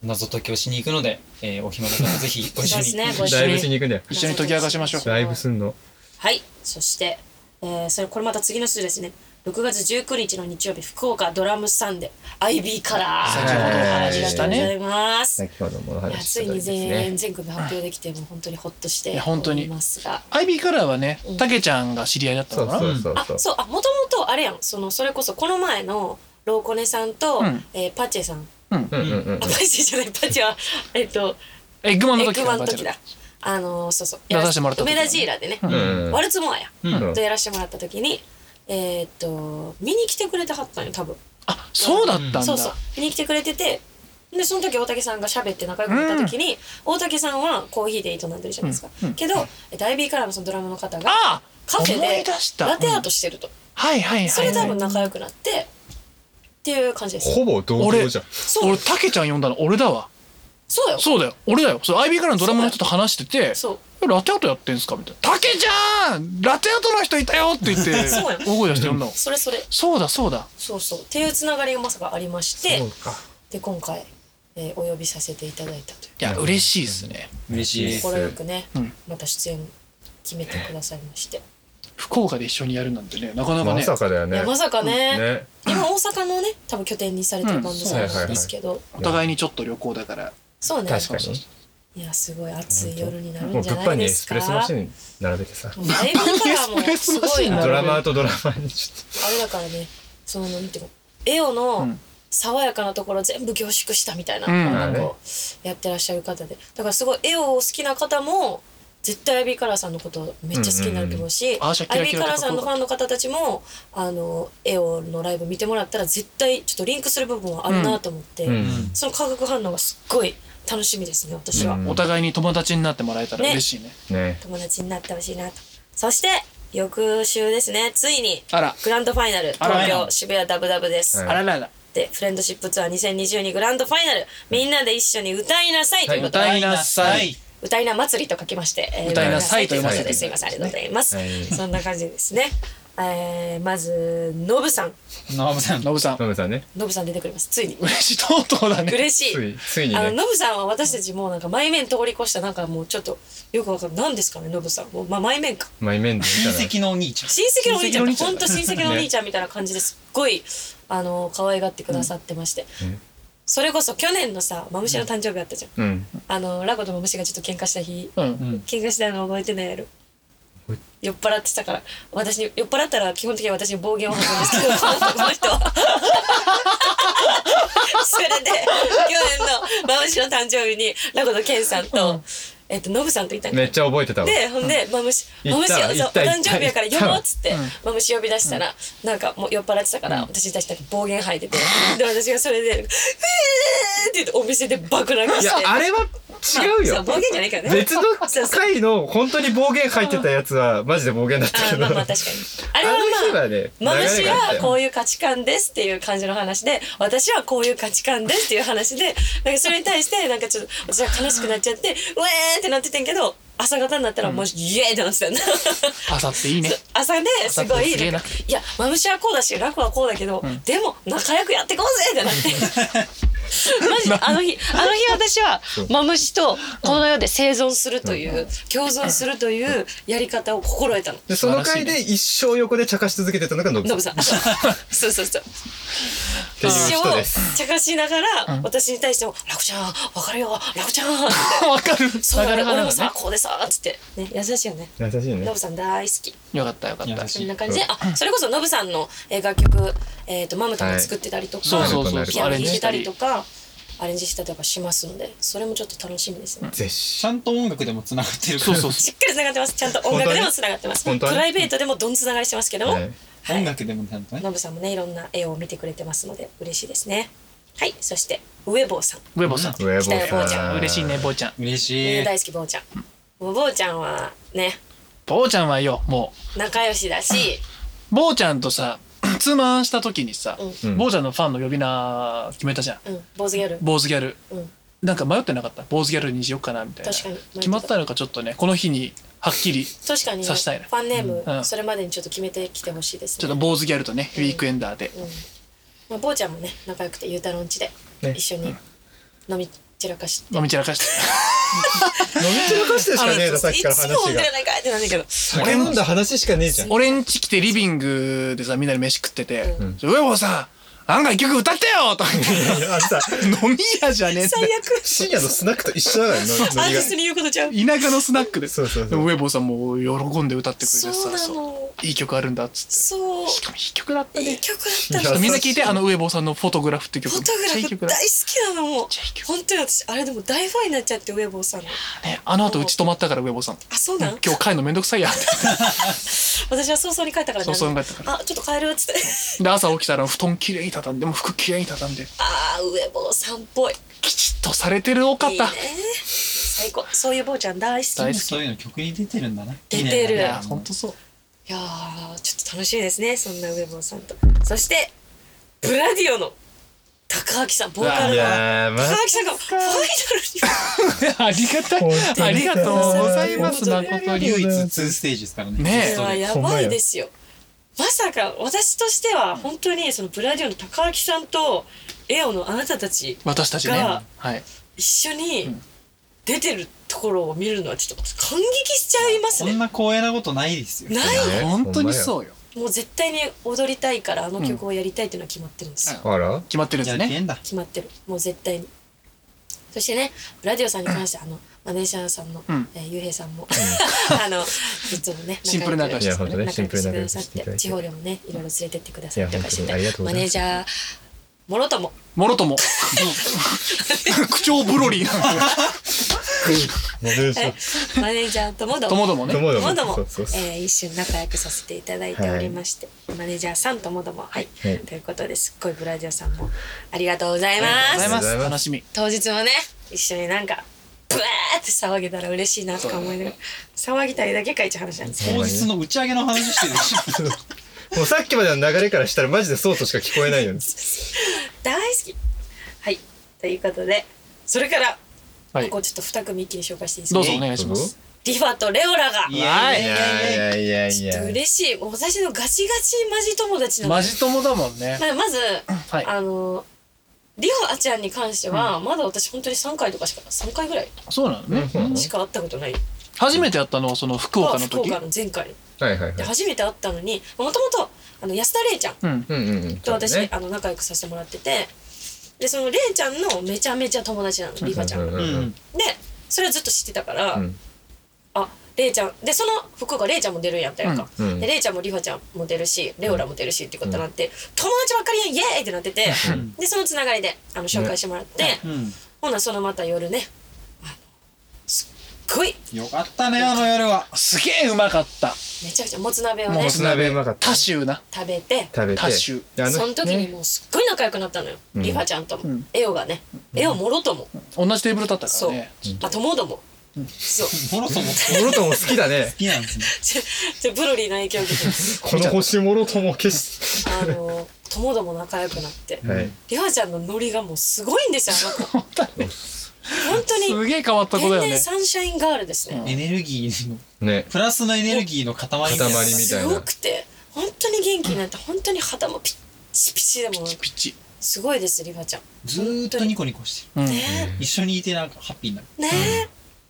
[SPEAKER 4] 謎解きをしに行くので、えーお暇な方はぜひご一
[SPEAKER 1] そうで
[SPEAKER 4] 緒に
[SPEAKER 1] すねご一
[SPEAKER 3] ラ
[SPEAKER 1] 緒
[SPEAKER 3] イブし
[SPEAKER 1] に
[SPEAKER 3] に行くんだよ
[SPEAKER 2] 一緒に解き明かしましょう
[SPEAKER 3] ライブすんの
[SPEAKER 1] はいそして、えーそれこれまた次の週ですね6月19日の日曜日福岡ドラムサンデー IB カラー
[SPEAKER 2] 先ほどお話ししたね
[SPEAKER 1] ありがとうございます、
[SPEAKER 3] 先ほどもお
[SPEAKER 1] いや
[SPEAKER 3] 話しし
[SPEAKER 1] つい
[SPEAKER 3] た
[SPEAKER 1] に
[SPEAKER 3] です
[SPEAKER 1] 全
[SPEAKER 3] ね
[SPEAKER 1] 円全国で発表できてもう本当にほっとして
[SPEAKER 2] いや本当に
[SPEAKER 1] おりますが
[SPEAKER 2] アイビーカラーはね
[SPEAKER 1] うん
[SPEAKER 2] たけちゃんが知り合いだった
[SPEAKER 3] そ
[SPEAKER 2] の
[SPEAKER 3] う
[SPEAKER 2] かな
[SPEAKER 3] そうそう
[SPEAKER 1] あ
[SPEAKER 3] そう
[SPEAKER 1] そうあもともとあれやんそのそれこそこの前のローコネさんと、
[SPEAKER 2] うん
[SPEAKER 1] えーパチェさん
[SPEAKER 3] うんうんうん
[SPEAKER 1] あパチェじゃないパチェはえっと
[SPEAKER 2] エッグマン
[SPEAKER 1] エ
[SPEAKER 2] の
[SPEAKER 1] ッ
[SPEAKER 2] 時
[SPEAKER 1] グ
[SPEAKER 2] か
[SPEAKER 1] マン
[SPEAKER 2] ら
[SPEAKER 1] の
[SPEAKER 2] バー
[SPEAKER 1] 時
[SPEAKER 2] チャル
[SPEAKER 1] だあのーそうそう
[SPEAKER 2] 出させてもらった時
[SPEAKER 1] 梅
[SPEAKER 2] だね
[SPEAKER 1] 田ジーラでね、
[SPEAKER 3] うんうん
[SPEAKER 1] ワルツモアや、
[SPEAKER 3] うん
[SPEAKER 1] とやらせてもらった時にえーっと見に来てくれてはったんよ多分
[SPEAKER 2] あそうだったん
[SPEAKER 1] そうそう
[SPEAKER 2] だ
[SPEAKER 1] 見に来てくれててでその時大竹さんが喋って仲良くなった時に、大竹さんはコーヒーで営んでるじゃないですか、けどダイビーカラーのそのドラムの方が
[SPEAKER 2] あ
[SPEAKER 1] カフェ
[SPEAKER 2] 思
[SPEAKER 1] で
[SPEAKER 2] い出した
[SPEAKER 1] ラテアートしてると、
[SPEAKER 2] はいはいはいはい
[SPEAKER 1] それで多分仲良くなってっていう感じです
[SPEAKER 3] ほぼ同
[SPEAKER 2] 俺
[SPEAKER 3] 僚じゃん
[SPEAKER 1] そう
[SPEAKER 2] 俺たけちゃん呼んだの俺だわ
[SPEAKER 1] そうだよ
[SPEAKER 2] そうだよ俺だよそう IB からのドラムの人と話してて
[SPEAKER 1] そう
[SPEAKER 2] 「ラテアートやってんすか?」みたいな「たけちゃんラテアートの人いたよ!」って言って
[SPEAKER 1] そうや
[SPEAKER 2] 大声出して呼んだの
[SPEAKER 1] それそれ
[SPEAKER 2] そうだそうだ
[SPEAKER 1] そうそうっていうつながりがまさかありまして
[SPEAKER 3] そうか
[SPEAKER 1] で今回、えーお呼びさせていただいたという
[SPEAKER 2] いや嬉しいですね
[SPEAKER 4] 嬉しいです
[SPEAKER 1] 心よくね、
[SPEAKER 2] うん
[SPEAKER 1] また出演決めてくださいまして、
[SPEAKER 2] 福岡で一緒にやるなんてねなかなか
[SPEAKER 3] ま
[SPEAKER 2] ね
[SPEAKER 3] さかだよ
[SPEAKER 1] い
[SPEAKER 3] ね
[SPEAKER 1] やまさかね
[SPEAKER 3] ね
[SPEAKER 1] 今大阪のね多分拠点にされてるバンドさんなんですけど、
[SPEAKER 2] お互いにちょっと旅行だから
[SPEAKER 1] そうね
[SPEAKER 3] 確か
[SPEAKER 2] そう
[SPEAKER 3] に
[SPEAKER 1] いやすごい暑い夜にな
[SPEAKER 3] も
[SPEAKER 1] る
[SPEAKER 3] うん
[SPEAKER 1] じ
[SPEAKER 3] 物
[SPEAKER 1] ゃな
[SPEAKER 3] 販
[SPEAKER 1] い
[SPEAKER 3] に
[SPEAKER 1] で
[SPEAKER 3] エ
[SPEAKER 1] す
[SPEAKER 3] スプ
[SPEAKER 1] か
[SPEAKER 3] レッソマシン並べてさ
[SPEAKER 1] もうライブだからもうすごい
[SPEAKER 2] うん
[SPEAKER 1] な
[SPEAKER 3] ドラマーとドラマーにち
[SPEAKER 1] あれだからねそのなんていうのエオ
[SPEAKER 2] う
[SPEAKER 1] の
[SPEAKER 2] ん
[SPEAKER 1] 爽やかなところ全部凝縮したみたいな、
[SPEAKER 2] うん
[SPEAKER 1] なんかこうやってらっしゃる方でだからすごいエオを好きな方も絶対アイビーカラーさんのことめっちゃ好きになると思うし、
[SPEAKER 2] んあーシャキ
[SPEAKER 1] アイ
[SPEAKER 2] ラ
[SPEAKER 1] ビ
[SPEAKER 2] キ
[SPEAKER 1] ー
[SPEAKER 2] ラ
[SPEAKER 1] カ
[SPEAKER 2] と
[SPEAKER 1] ラ
[SPEAKER 2] か
[SPEAKER 1] ーさんのファンの方たちもあのエオのライブ見てもらったら絶対ちょっとリンクする部分はあるなと思って、
[SPEAKER 3] うん
[SPEAKER 1] その化学反応がすっごい楽しみですね私は、
[SPEAKER 3] うん
[SPEAKER 2] お互いに友達になってもらえたら
[SPEAKER 1] ね
[SPEAKER 2] 嬉しいね
[SPEAKER 3] ょね
[SPEAKER 1] 友達になってほしいなとそして翌週ですねついに
[SPEAKER 2] あら
[SPEAKER 1] グランドファイナル
[SPEAKER 2] あら
[SPEAKER 1] 東京渋谷ダブダブです、
[SPEAKER 3] はい
[SPEAKER 2] あららら
[SPEAKER 1] でフレンドシップツアー2022グランドファイナルみんなで一緒に歌いなさいということで、
[SPEAKER 2] はい歌いなさい
[SPEAKER 1] 歌いな祭りと書きまして、えー
[SPEAKER 2] 歌
[SPEAKER 3] いな
[SPEAKER 2] さいと
[SPEAKER 1] 歌
[SPEAKER 2] 読
[SPEAKER 1] いなさいということ
[SPEAKER 2] ませて
[SPEAKER 1] ですいませんありがとうございます、
[SPEAKER 3] はい
[SPEAKER 1] そんな感じですねえーまずノブさん
[SPEAKER 4] ノブさん。
[SPEAKER 2] ノブさん
[SPEAKER 3] ノムさんね。
[SPEAKER 1] ノブさん出てくれますついに
[SPEAKER 2] 嬉しいとうとうだね
[SPEAKER 1] 嬉しい
[SPEAKER 3] つい、ついに
[SPEAKER 1] あの
[SPEAKER 3] ね。
[SPEAKER 1] ノブさんは私たちもうなんか前面通り越したなんかもうちょっとよくわかんない何ですかねノブさんもうまあ前面か
[SPEAKER 3] マイメンで見た
[SPEAKER 4] 親
[SPEAKER 3] ら。
[SPEAKER 4] 戚のお兄ちゃん。
[SPEAKER 1] 親戚のお兄ちゃん
[SPEAKER 2] 親戚のお兄ちゃん
[SPEAKER 1] 本当親戚のお兄ちゃんみたいな感じですっごいあの可愛がってくださってまして、
[SPEAKER 3] うんうん
[SPEAKER 1] それこそ去年のさマムシの誕生日あったじゃん、
[SPEAKER 3] うん。
[SPEAKER 1] あのラコとマムシがちょっと喧嘩した日
[SPEAKER 2] うん
[SPEAKER 4] うん。
[SPEAKER 1] 喧嘩したの覚えてないやろ
[SPEAKER 3] 覚
[SPEAKER 1] 酔っ払ってたから私に酔っ払ったら基本的に私に暴言を吐くんですけど この人は それで去年のマムシの誕生日にラコとケンさんと、えっとノブさんといたんだ
[SPEAKER 3] めっちゃ覚えてたわ。
[SPEAKER 1] でほんで「マムシ
[SPEAKER 3] 行
[SPEAKER 1] マ
[SPEAKER 3] っ
[SPEAKER 1] ムシ
[SPEAKER 3] た
[SPEAKER 1] をそ
[SPEAKER 3] わ
[SPEAKER 1] うお
[SPEAKER 3] 行った行った
[SPEAKER 1] 誕生日やから呼ぼう」っつって
[SPEAKER 2] 行ったわ
[SPEAKER 1] マムシ呼び出したらなんかもう酔っ払ってたから私に対して暴言吐いててで私がそれで「えー!」って言ってお店で爆泣き
[SPEAKER 3] い
[SPEAKER 1] し
[SPEAKER 3] や
[SPEAKER 1] て、
[SPEAKER 3] あれは違う
[SPEAKER 1] まあそ
[SPEAKER 3] よ。
[SPEAKER 1] 暴言じゃないからね
[SPEAKER 3] 別の回の本当に暴言入ってたやつはマジで暴言だった
[SPEAKER 1] あ
[SPEAKER 3] け
[SPEAKER 1] ー
[SPEAKER 3] ど。
[SPEAKER 1] ま
[SPEAKER 3] あ
[SPEAKER 1] あまあ確かにあれは
[SPEAKER 3] の日
[SPEAKER 1] まあ
[SPEAKER 3] はね、
[SPEAKER 1] マムシはこ
[SPEAKER 3] う。
[SPEAKER 1] ういう価値観ですっていう感じの話で私はこういう価値観ですっていう話でなんかそれに対してなんかちょっと私は悲しくなっちゃって「うえー!」ってなっててんけど朝方になったらもう「イエー!」ってなってたんだ。
[SPEAKER 2] 朝っていいね
[SPEAKER 1] そう朝ねすごい
[SPEAKER 2] 朝ってすげえ
[SPEAKER 1] な
[SPEAKER 2] なん
[SPEAKER 1] かいやマムシはこうだしラクはこうだけど、でも仲良くやってこうぜってなってマジであの日あの日私はマムシとこの世で生存するという、共存するというやり方を心得たの。
[SPEAKER 3] で、その回で一生横で茶化し続けてたのがノブ
[SPEAKER 1] ノ
[SPEAKER 3] さん
[SPEAKER 1] ブ
[SPEAKER 3] っ
[SPEAKER 1] さんそうそうそう
[SPEAKER 3] ていう人です。
[SPEAKER 1] 茶化しながら、私に対しても「ラクちゃんわかるよラクちゃん」って
[SPEAKER 2] わかる
[SPEAKER 1] 「そうだね
[SPEAKER 2] わか
[SPEAKER 1] 俺
[SPEAKER 2] る
[SPEAKER 1] もさこうでさ」っつって、ね、優しいよね
[SPEAKER 3] 優しい
[SPEAKER 1] ノ
[SPEAKER 3] ね
[SPEAKER 1] ブ。さん大好き。
[SPEAKER 2] よかったよかった
[SPEAKER 4] 優
[SPEAKER 1] そ
[SPEAKER 4] し
[SPEAKER 1] ん
[SPEAKER 4] い
[SPEAKER 1] な感じで、あ、それこそノブさんのえー楽曲、えっ、と、マムタが作ってたりとか、
[SPEAKER 2] そうそうそう
[SPEAKER 1] ピ
[SPEAKER 2] そう
[SPEAKER 1] ア
[SPEAKER 2] あ
[SPEAKER 1] ノ
[SPEAKER 2] れ
[SPEAKER 1] 弾い
[SPEAKER 2] ね
[SPEAKER 1] てたりとか、アレンジしたりとかしますので、それもちょっと楽しみですね。
[SPEAKER 3] ぜ
[SPEAKER 4] ち
[SPEAKER 3] ひ。
[SPEAKER 4] ゃんと音楽でも繋がってるか
[SPEAKER 2] そう
[SPEAKER 4] ら。
[SPEAKER 2] そうそ
[SPEAKER 1] しっかり繋がってます。ちゃんと音楽でも繋がってます。プ
[SPEAKER 3] 本当はね
[SPEAKER 1] ライベートでもどん繋がりしてますけども、
[SPEAKER 3] はい
[SPEAKER 1] はい
[SPEAKER 4] 音楽でもちゃんとね。
[SPEAKER 1] ノブさんもね、いろんな絵を見てくれてますので、嬉しいですね。はい、そして、ウェボーさん。
[SPEAKER 2] うウェボさん
[SPEAKER 3] ウェ
[SPEAKER 1] 北野坊
[SPEAKER 3] ボ
[SPEAKER 1] ち
[SPEAKER 3] さ
[SPEAKER 1] ゃ
[SPEAKER 3] ん。
[SPEAKER 2] 嬉しいね。坊ちゃん
[SPEAKER 4] 嬉
[SPEAKER 1] みん
[SPEAKER 4] し。
[SPEAKER 1] ない大好き、ボーちゃん。もうボーちゃんはね、
[SPEAKER 2] 坊ちゃんはよも
[SPEAKER 1] 仲良しだし、
[SPEAKER 2] う坊ちゃんとさ ツーマンした時にさ
[SPEAKER 1] うん
[SPEAKER 3] うん
[SPEAKER 2] 坊ちゃんのファンの呼び名決めたじゃん
[SPEAKER 1] うん、坊主ギャル。
[SPEAKER 2] 坊主ギャル
[SPEAKER 1] うん、
[SPEAKER 2] なんか迷ってなかった坊主ギャルにしようかなみたいな
[SPEAKER 1] 確かに迷ってた
[SPEAKER 2] 決まったのかちょっとねこの日にはっきりち
[SPEAKER 1] 確かに、フ
[SPEAKER 2] 刺したいね
[SPEAKER 1] ァンネーム、
[SPEAKER 2] うん
[SPEAKER 1] それまでにちょっと決めてきてほしいですね。
[SPEAKER 2] ょっと坊主ギャルとねウィークエンダーで
[SPEAKER 1] うんまあ、坊ちゃんもね仲良くてゆうたろん家で
[SPEAKER 3] ね
[SPEAKER 1] 一緒に飲み散らかし、
[SPEAKER 2] 飲み散らかして
[SPEAKER 3] 飲み散らかしてしかねえだ、さっ
[SPEAKER 1] い
[SPEAKER 3] き
[SPEAKER 1] つ
[SPEAKER 3] から
[SPEAKER 1] も飲
[SPEAKER 3] 話
[SPEAKER 1] ん
[SPEAKER 3] が
[SPEAKER 1] で。ないかいってなんだけど
[SPEAKER 3] 酒飲んだ話しかねえじゃん。
[SPEAKER 2] 俺ん家来てリビングでさみんなで飯食ってて
[SPEAKER 1] う
[SPEAKER 2] 「ウェボさんなんか一曲歌ってよ!」とか言って
[SPEAKER 3] いやあのさ、
[SPEAKER 2] 飲み屋じゃねえんだ
[SPEAKER 1] 最
[SPEAKER 2] よ
[SPEAKER 1] 悪
[SPEAKER 3] 深夜のスナックと一緒だから、飲み
[SPEAKER 1] アー
[SPEAKER 3] 飲み
[SPEAKER 1] ティ
[SPEAKER 3] が
[SPEAKER 1] ス。トに言うことちゃう
[SPEAKER 2] 田舎のスナックで
[SPEAKER 3] そうそうそう
[SPEAKER 2] でもウェボさんも喜んで歌ってくれてさ
[SPEAKER 1] そうな
[SPEAKER 2] そう
[SPEAKER 1] の
[SPEAKER 2] いい曲あるんだっつって
[SPEAKER 1] そう
[SPEAKER 2] しかもいい曲だった
[SPEAKER 1] いい
[SPEAKER 2] ね
[SPEAKER 1] 曲
[SPEAKER 2] ち
[SPEAKER 1] だ
[SPEAKER 2] ょ
[SPEAKER 1] っ
[SPEAKER 2] ったと
[SPEAKER 1] の
[SPEAKER 2] みんな聞いてあのウェボさんの「フォトグラフ」っていう曲
[SPEAKER 1] フォトグラ
[SPEAKER 2] めっちゃいい
[SPEAKER 1] フ
[SPEAKER 2] 曲
[SPEAKER 1] 大
[SPEAKER 2] だ
[SPEAKER 1] 好きなのもう
[SPEAKER 2] ちゃいい曲
[SPEAKER 1] 本当に私あれでも大ファンになっちゃってウェボーさんの
[SPEAKER 2] ねあの後うち泊まったからウェボさん
[SPEAKER 1] あそうなん
[SPEAKER 2] 今日帰るのめんどくさいやって
[SPEAKER 1] 私は早々に帰ったから
[SPEAKER 2] 早々に帰った
[SPEAKER 1] あちょっと帰るっつって
[SPEAKER 2] で朝起きたら布団きれいに畳んでもう服きれいに畳んで
[SPEAKER 1] あーウェボーさんっぽい
[SPEAKER 2] きちっとされてる多かっ
[SPEAKER 1] いいね
[SPEAKER 2] た
[SPEAKER 1] 最高そういう坊ちゃん大好き
[SPEAKER 2] 大好き
[SPEAKER 4] そういうの曲に出てるんだな。
[SPEAKER 1] 出てる
[SPEAKER 4] いいね
[SPEAKER 2] いやほんとそう
[SPEAKER 1] いやーちょっと楽しみですねそんな上本さんとそしてブラディオの高明さんボーカ
[SPEAKER 2] う
[SPEAKER 1] ル
[SPEAKER 3] い
[SPEAKER 1] の
[SPEAKER 3] やー、ま
[SPEAKER 1] 高
[SPEAKER 3] あ
[SPEAKER 1] 明さんがファイナル
[SPEAKER 2] ありがたい。ありがとうございます。誠に。
[SPEAKER 4] 唯一2ステージですからね。
[SPEAKER 2] ねえ
[SPEAKER 1] にこれはやばいですよまさか私としては本当にそのブラディオの高明さんとエオのあなたたち
[SPEAKER 2] 私たちね。
[SPEAKER 1] が
[SPEAKER 2] はい。
[SPEAKER 1] 一緒に出てるところを見るのはちょっと感激しちゃいます
[SPEAKER 4] こん
[SPEAKER 1] ね
[SPEAKER 4] な光栄なことないですよ。
[SPEAKER 1] ない
[SPEAKER 3] ね
[SPEAKER 2] 本当にそうよ。
[SPEAKER 1] もう絶対に踊りたいからあの曲をやりたいっていうのは決まってるんですよ
[SPEAKER 3] あら
[SPEAKER 2] 決まってるんで
[SPEAKER 4] や
[SPEAKER 2] す
[SPEAKER 4] る気え
[SPEAKER 2] ね。
[SPEAKER 4] んだ。
[SPEAKER 1] 決まってるもう絶対にそしてねラディオさんに関してあのマネージャーさんの、
[SPEAKER 2] うん
[SPEAKER 1] えー、ゆうへいさんも、 あのいつもね
[SPEAKER 2] シンプルな仲良
[SPEAKER 3] い
[SPEAKER 2] し
[SPEAKER 3] や、本当ね、
[SPEAKER 1] 仲
[SPEAKER 3] シン
[SPEAKER 1] 良
[SPEAKER 3] プ
[SPEAKER 1] く
[SPEAKER 3] ル
[SPEAKER 1] して
[SPEAKER 3] な
[SPEAKER 1] く
[SPEAKER 3] 楽
[SPEAKER 1] だ
[SPEAKER 3] し
[SPEAKER 1] さっ
[SPEAKER 3] してい
[SPEAKER 1] て
[SPEAKER 3] ただい
[SPEAKER 1] 地
[SPEAKER 3] て。
[SPEAKER 1] 方でもねいろいろ連れてってくださって
[SPEAKER 3] いや
[SPEAKER 1] とかして
[SPEAKER 3] 本当にありがと
[SPEAKER 1] て
[SPEAKER 3] う
[SPEAKER 1] マ
[SPEAKER 3] ございます
[SPEAKER 1] ネージャーもろとも
[SPEAKER 2] もろとも。 口調ブロリーなんだよ
[SPEAKER 3] モデルショッ
[SPEAKER 1] マネージャーともども
[SPEAKER 2] ともども
[SPEAKER 3] と
[SPEAKER 2] ね。
[SPEAKER 3] も
[SPEAKER 1] と
[SPEAKER 3] ど
[SPEAKER 1] も
[SPEAKER 3] も
[SPEAKER 1] ども
[SPEAKER 3] そうそうそう
[SPEAKER 1] えー一瞬仲良くさせていただいておりまして、マネージャーさんともどもはい、
[SPEAKER 3] はい
[SPEAKER 1] ということですっごいブラジオさんもありがとうござい
[SPEAKER 2] あ
[SPEAKER 1] ま
[SPEAKER 2] りが
[SPEAKER 1] す
[SPEAKER 2] とうご
[SPEAKER 3] ありがとう
[SPEAKER 2] ざいま
[SPEAKER 3] ございます
[SPEAKER 2] す。楽しみ。
[SPEAKER 1] 当日もね一緒になんかブワーって騒げたら嬉しいなとか思いながら騒ぎたいだけかいち話なんですけど
[SPEAKER 4] 当日の打ち上げの話してるでしょ。
[SPEAKER 3] ト。もうさっきまでの流れからしたらマジでそうとしか聞こえないよね。
[SPEAKER 1] 大好きはいということでそれから
[SPEAKER 2] は
[SPEAKER 1] こ
[SPEAKER 2] い。
[SPEAKER 1] こちょっと2組一気に紹介していいですか
[SPEAKER 2] どうぞお願いします。
[SPEAKER 1] リファとレオラが
[SPEAKER 4] いやい
[SPEAKER 3] い
[SPEAKER 4] やいや
[SPEAKER 3] やいやい
[SPEAKER 1] ちょっ
[SPEAKER 3] や
[SPEAKER 1] と
[SPEAKER 3] いや。
[SPEAKER 1] 嬉しいもう私のガチガチマジ友達なの
[SPEAKER 2] マジ友だもんね。
[SPEAKER 1] ままず、
[SPEAKER 2] はい。
[SPEAKER 1] あのリファちゃんに関しては、まだ私本当に3回とかしか3回ぐらい
[SPEAKER 2] そうなのね。
[SPEAKER 3] うん
[SPEAKER 1] しか会ったことない、
[SPEAKER 2] 初めてやったのはその福岡の
[SPEAKER 1] 福
[SPEAKER 2] 時。
[SPEAKER 1] 岡の前回
[SPEAKER 3] はいはいはい
[SPEAKER 1] で。初めて会ったのにもともとあの安田玲ちゃん
[SPEAKER 2] うん。
[SPEAKER 3] うんうんうん。
[SPEAKER 1] と私、
[SPEAKER 3] そうだね
[SPEAKER 1] あの仲良くさせてもらっててでその玲ちゃんのめちゃめちゃ友達なのリファちゃんが
[SPEAKER 3] う
[SPEAKER 1] で
[SPEAKER 3] ううん
[SPEAKER 1] それはずっと知ってたから、
[SPEAKER 3] うん
[SPEAKER 1] あ玲ちゃんでその福岡玲ちゃんも出るんやったやんか、
[SPEAKER 3] うんうん
[SPEAKER 1] でレイちゃんもリファちゃんも出るしレオラも出るしってことになって、友達ばっかりやんイエーイってなってて
[SPEAKER 3] ん
[SPEAKER 1] でそのつながりであの紹介してもらって、
[SPEAKER 4] うん
[SPEAKER 1] ほなそのまた夜ねあのすっごい
[SPEAKER 4] よかったねあの夜は
[SPEAKER 2] すげえうまかった。
[SPEAKER 1] めちゃくちゃもつ鍋を
[SPEAKER 2] も
[SPEAKER 1] ね
[SPEAKER 3] もつ鍋うまかった。
[SPEAKER 2] 多州な。
[SPEAKER 1] 食べて
[SPEAKER 3] 食べて。
[SPEAKER 2] 多種
[SPEAKER 3] であ
[SPEAKER 1] その時に
[SPEAKER 3] ね
[SPEAKER 1] もうすっごい仲良くなったのよ、
[SPEAKER 3] うん
[SPEAKER 1] リファちゃんとも、
[SPEAKER 2] うん
[SPEAKER 1] エオがねエオもろとも、
[SPEAKER 2] 同じテーブルだったか
[SPEAKER 1] そう
[SPEAKER 2] らね。
[SPEAKER 1] あ友ども、そう
[SPEAKER 4] もろとも好
[SPEAKER 3] モロトも好きだね。
[SPEAKER 4] きなんですね
[SPEAKER 1] ちょちょブロリーの影響を受けて
[SPEAKER 3] この星モロトも決し
[SPEAKER 1] あの友ども仲良くなって、
[SPEAKER 3] て。はい。
[SPEAKER 1] リファちゃんのノリがもうすごいんですよあの子本当に
[SPEAKER 2] すげえ変わった子だよ
[SPEAKER 1] 天
[SPEAKER 2] ね
[SPEAKER 1] 然。サンシャインガールですね。
[SPEAKER 4] エネルギーの
[SPEAKER 3] ね。
[SPEAKER 4] プラスのエネルギーの塊みたいな
[SPEAKER 3] 塊みたい
[SPEAKER 1] す
[SPEAKER 3] な
[SPEAKER 1] ごくて、本当に元気になって、本当に肌もピッチピチでも、
[SPEAKER 2] ピッチ。
[SPEAKER 1] すごいです、リファちゃん。
[SPEAKER 4] ずーっとニコニコして
[SPEAKER 2] うん。
[SPEAKER 1] ね
[SPEAKER 4] る一緒にいてなんかハッピーになる
[SPEAKER 1] え、ねえ。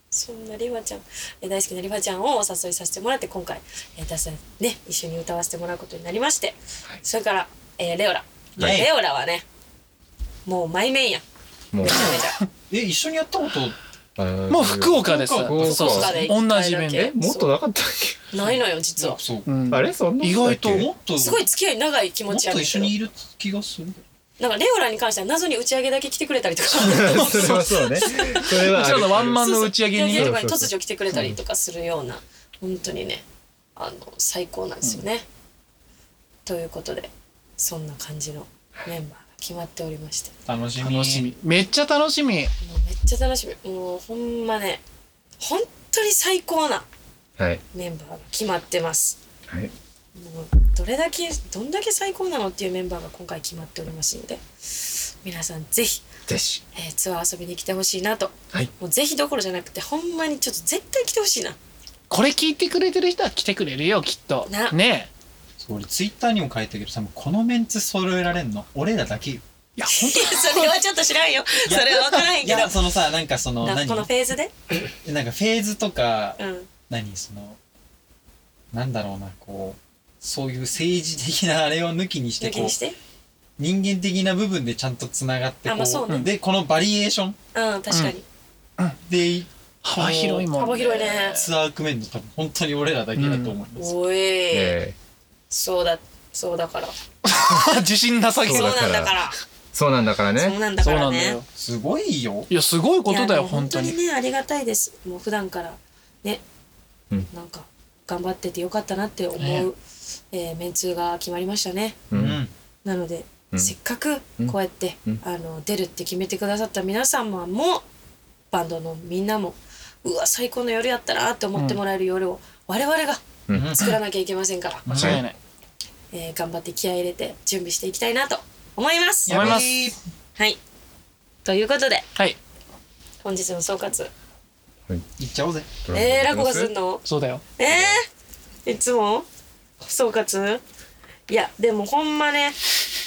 [SPEAKER 1] そんなリファちゃん、え大好きなリファちゃんをお誘いさせてもらって、今回、え出さね、一緒に歌わせてもらうことになりまして、それから、えーレオラ。
[SPEAKER 4] はい
[SPEAKER 1] レオラはね、もうマイメインや。
[SPEAKER 3] もう
[SPEAKER 1] めちゃめちゃ。
[SPEAKER 4] え一緒にやったこと
[SPEAKER 3] あー。
[SPEAKER 2] もう福岡でさ。
[SPEAKER 3] 福岡
[SPEAKER 2] そうそう
[SPEAKER 1] 福岡で一回だけ
[SPEAKER 2] 同じイベントで。
[SPEAKER 3] もっとなかったっ
[SPEAKER 1] ないのよ、実は。
[SPEAKER 4] そう
[SPEAKER 2] う
[SPEAKER 4] も
[SPEAKER 2] ん
[SPEAKER 3] け。あれそんな
[SPEAKER 2] 意外と
[SPEAKER 3] だっけ
[SPEAKER 4] っと
[SPEAKER 1] すごい付き合い長い気
[SPEAKER 4] も
[SPEAKER 1] 持
[SPEAKER 4] っ
[SPEAKER 1] ちやね
[SPEAKER 4] と
[SPEAKER 1] ん
[SPEAKER 4] 一
[SPEAKER 1] け
[SPEAKER 4] 緒
[SPEAKER 1] ど
[SPEAKER 4] にいる気がする
[SPEAKER 1] なんかレオラに関しては謎に打ち上げだけ来てくれたりとか。
[SPEAKER 3] それはそうね。それは
[SPEAKER 2] う
[SPEAKER 3] あ
[SPEAKER 2] ちら
[SPEAKER 3] る。
[SPEAKER 2] のワンマンの打ち上げに
[SPEAKER 1] そうそう打ち上げ
[SPEAKER 2] ね
[SPEAKER 1] とかに突如来てくれたりとかするような本当にねあの最高なんですよね、ということでそんな感じのメンバーが決まっておりまして
[SPEAKER 4] 楽しみ
[SPEAKER 2] 楽しみ。めっちゃ楽しみ。
[SPEAKER 1] もうめっちゃ楽しみもうほんまね本当に最高な
[SPEAKER 3] はい。
[SPEAKER 1] メンバーが決まってます
[SPEAKER 3] はい。
[SPEAKER 1] もうどれだけどんだけ最高なのっていうメンバーが今回決まっておりますので皆さんぜひ
[SPEAKER 3] ぜひ。
[SPEAKER 1] えーツアー遊びに来てほしいなと、
[SPEAKER 3] はい
[SPEAKER 1] もうぜひどころじゃなくてほんまにちょっと絶対来てほしいな
[SPEAKER 2] これ聞いてくれてる人は来てくれるよ、きっと
[SPEAKER 1] な。
[SPEAKER 2] ねえ。
[SPEAKER 4] そう俺ツイッターにも書いたけど多分このメンツ揃えられんの俺らだけよ
[SPEAKER 2] いや、
[SPEAKER 1] いやそれはちょっと知らんよそれは分からへん
[SPEAKER 4] い
[SPEAKER 1] けど
[SPEAKER 4] やそのさなんかその
[SPEAKER 1] な
[SPEAKER 4] 何
[SPEAKER 1] このフェーズで、
[SPEAKER 4] なんかフェーズとか
[SPEAKER 1] うん、
[SPEAKER 4] 何そのなんだろうなこうそういう政治的なあれを抜きにして
[SPEAKER 1] 抜き
[SPEAKER 4] こう
[SPEAKER 1] にして
[SPEAKER 4] 人間的な部分でちゃんとつながって
[SPEAKER 1] あ
[SPEAKER 4] こ
[SPEAKER 1] まあそうね
[SPEAKER 4] でこのバリエーション
[SPEAKER 1] うん確かに、
[SPEAKER 4] で
[SPEAKER 2] 幅広いもん。
[SPEAKER 1] 幅広いね
[SPEAKER 4] ツアー組めるの多分本当に俺らだけだと思います、
[SPEAKER 1] おい、
[SPEAKER 3] え
[SPEAKER 1] そうだそうだから
[SPEAKER 2] 自信なさげ
[SPEAKER 1] そうな
[SPEAKER 3] だか
[SPEAKER 2] な。
[SPEAKER 3] ら
[SPEAKER 1] んだから
[SPEAKER 3] ーそうなんだから
[SPEAKER 1] そう
[SPEAKER 3] ね。
[SPEAKER 1] なんだ
[SPEAKER 2] そう
[SPEAKER 1] か
[SPEAKER 2] な
[SPEAKER 1] ら
[SPEAKER 2] んだ
[SPEAKER 1] ね
[SPEAKER 2] よ。
[SPEAKER 4] すごいよ
[SPEAKER 2] いや、すごいことだ
[SPEAKER 1] いやで
[SPEAKER 2] よ、
[SPEAKER 1] も
[SPEAKER 2] 本当に。
[SPEAKER 1] ねありがたいですもう普段からね、
[SPEAKER 3] うん
[SPEAKER 1] なんか頑張っててよかったなって思う、
[SPEAKER 2] ね
[SPEAKER 1] えーメンツが決まりましたね
[SPEAKER 3] う。
[SPEAKER 4] うん
[SPEAKER 1] なので、
[SPEAKER 3] うん
[SPEAKER 1] せっかくこうやって、
[SPEAKER 3] うん
[SPEAKER 1] あの出るって決めてくださった皆様もバンドのみんなもうわ最高の夜やったなって思ってもらえる夜を我々が
[SPEAKER 3] うん
[SPEAKER 4] うん
[SPEAKER 1] 作らなきゃいけませんから、
[SPEAKER 4] ん
[SPEAKER 2] 間違いない。
[SPEAKER 1] えー頑張って気合い入れて準備していきたいなと思います。
[SPEAKER 2] 思います
[SPEAKER 1] はいということで
[SPEAKER 2] はい。
[SPEAKER 1] 本日の総括
[SPEAKER 4] いっちゃおうぜ
[SPEAKER 1] えー、ラコがすんの
[SPEAKER 2] そうだよ。
[SPEAKER 1] えー、いつも総括いやでもほんまね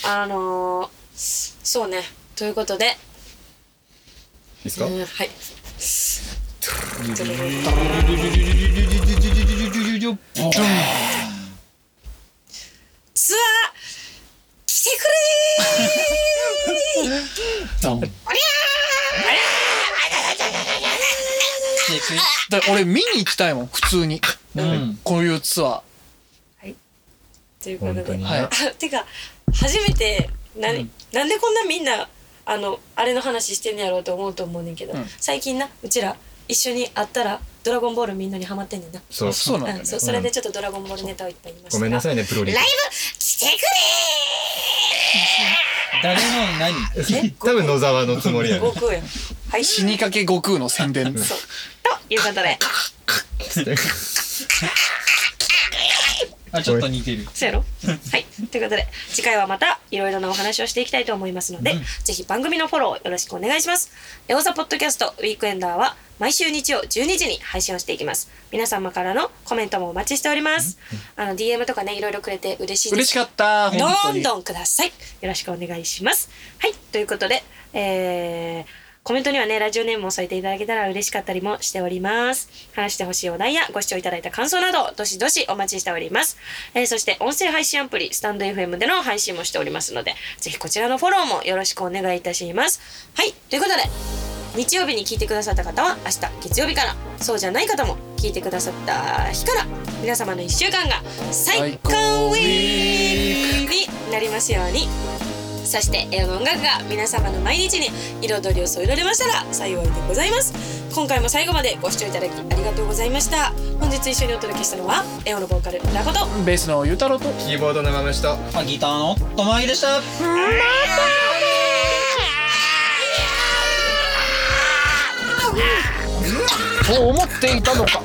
[SPEAKER 1] あのー、そうねということで、
[SPEAKER 3] いいっす
[SPEAKER 1] う
[SPEAKER 3] か
[SPEAKER 1] ん、はい。ツアー来てくれー
[SPEAKER 4] ドン
[SPEAKER 2] だから俺見に行きたいもん、普通に。
[SPEAKER 4] うん
[SPEAKER 2] こういうツア
[SPEAKER 1] という こと
[SPEAKER 3] 本当
[SPEAKER 1] で
[SPEAKER 3] に。
[SPEAKER 2] はい
[SPEAKER 1] あてか初めてな,、ん、なんでこんなみんなあのあれの話してんねやろうと思うと思うねんけど、
[SPEAKER 2] うん
[SPEAKER 1] 最近なうちら一緒に会ったら「ドラゴンボール」みんなにハマってんねんな。
[SPEAKER 3] そう
[SPEAKER 2] ー。そうなん
[SPEAKER 1] う
[SPEAKER 2] だよ
[SPEAKER 1] ん、
[SPEAKER 2] ね
[SPEAKER 1] そう。それでちょっと「ドラゴンボール」ネタをいっぱい言いました
[SPEAKER 3] ごめんなさ
[SPEAKER 1] い
[SPEAKER 3] いね、プロリー
[SPEAKER 1] ライブ来てくれ
[SPEAKER 4] 誰の何
[SPEAKER 3] グ。多分野沢のつもりや
[SPEAKER 1] ー
[SPEAKER 3] ね
[SPEAKER 1] 悟。空やんはい
[SPEAKER 2] 死にかけ悟空の宣伝。
[SPEAKER 1] そうということで
[SPEAKER 4] あちょっと似てる
[SPEAKER 1] そうやろはい。ということで、次回はまたいろいろなお話をしていきたいと思いますので、ぜひ番組のフォローよろしくお願いします。エオザポッドキャストウィークエンダーは毎週日曜12時に配信をしていきます。皆様からのコメントもお待ちしております。あの、DM とかね、いろいろくれて嬉しいです。
[SPEAKER 2] 嬉しかった本当
[SPEAKER 1] ど
[SPEAKER 2] に
[SPEAKER 1] んどんください。よろしくお願いします。はい。ということで、えー、コメントにはね、ラジオネームを添えていただけたら嬉しかったりもしております。話してほしいお題やご視聴いただいた感想など、どしどしお待ちしております。えーそして、音声配信アプリ、スタンド FM での配信もしておりますので、ぜひこちらのフォローもよろしくお願いいたします。はい。ということで、日曜日に聞いてくださった方は明日月曜日からそうじゃない方も聞いてくださった日から皆様の1週間が最高ウィークになりますようにそしてエオの音楽が皆様の毎日に彩りを添えられましたら幸いでございます今回も最後までご視聴いただきありがとうございました本日一緒にお届けしたのはエオのボーカルラコと
[SPEAKER 2] ベースのゆうたろうと
[SPEAKER 3] キーボードのまましと
[SPEAKER 4] あギターのとまぎでした
[SPEAKER 2] そう思っていたのか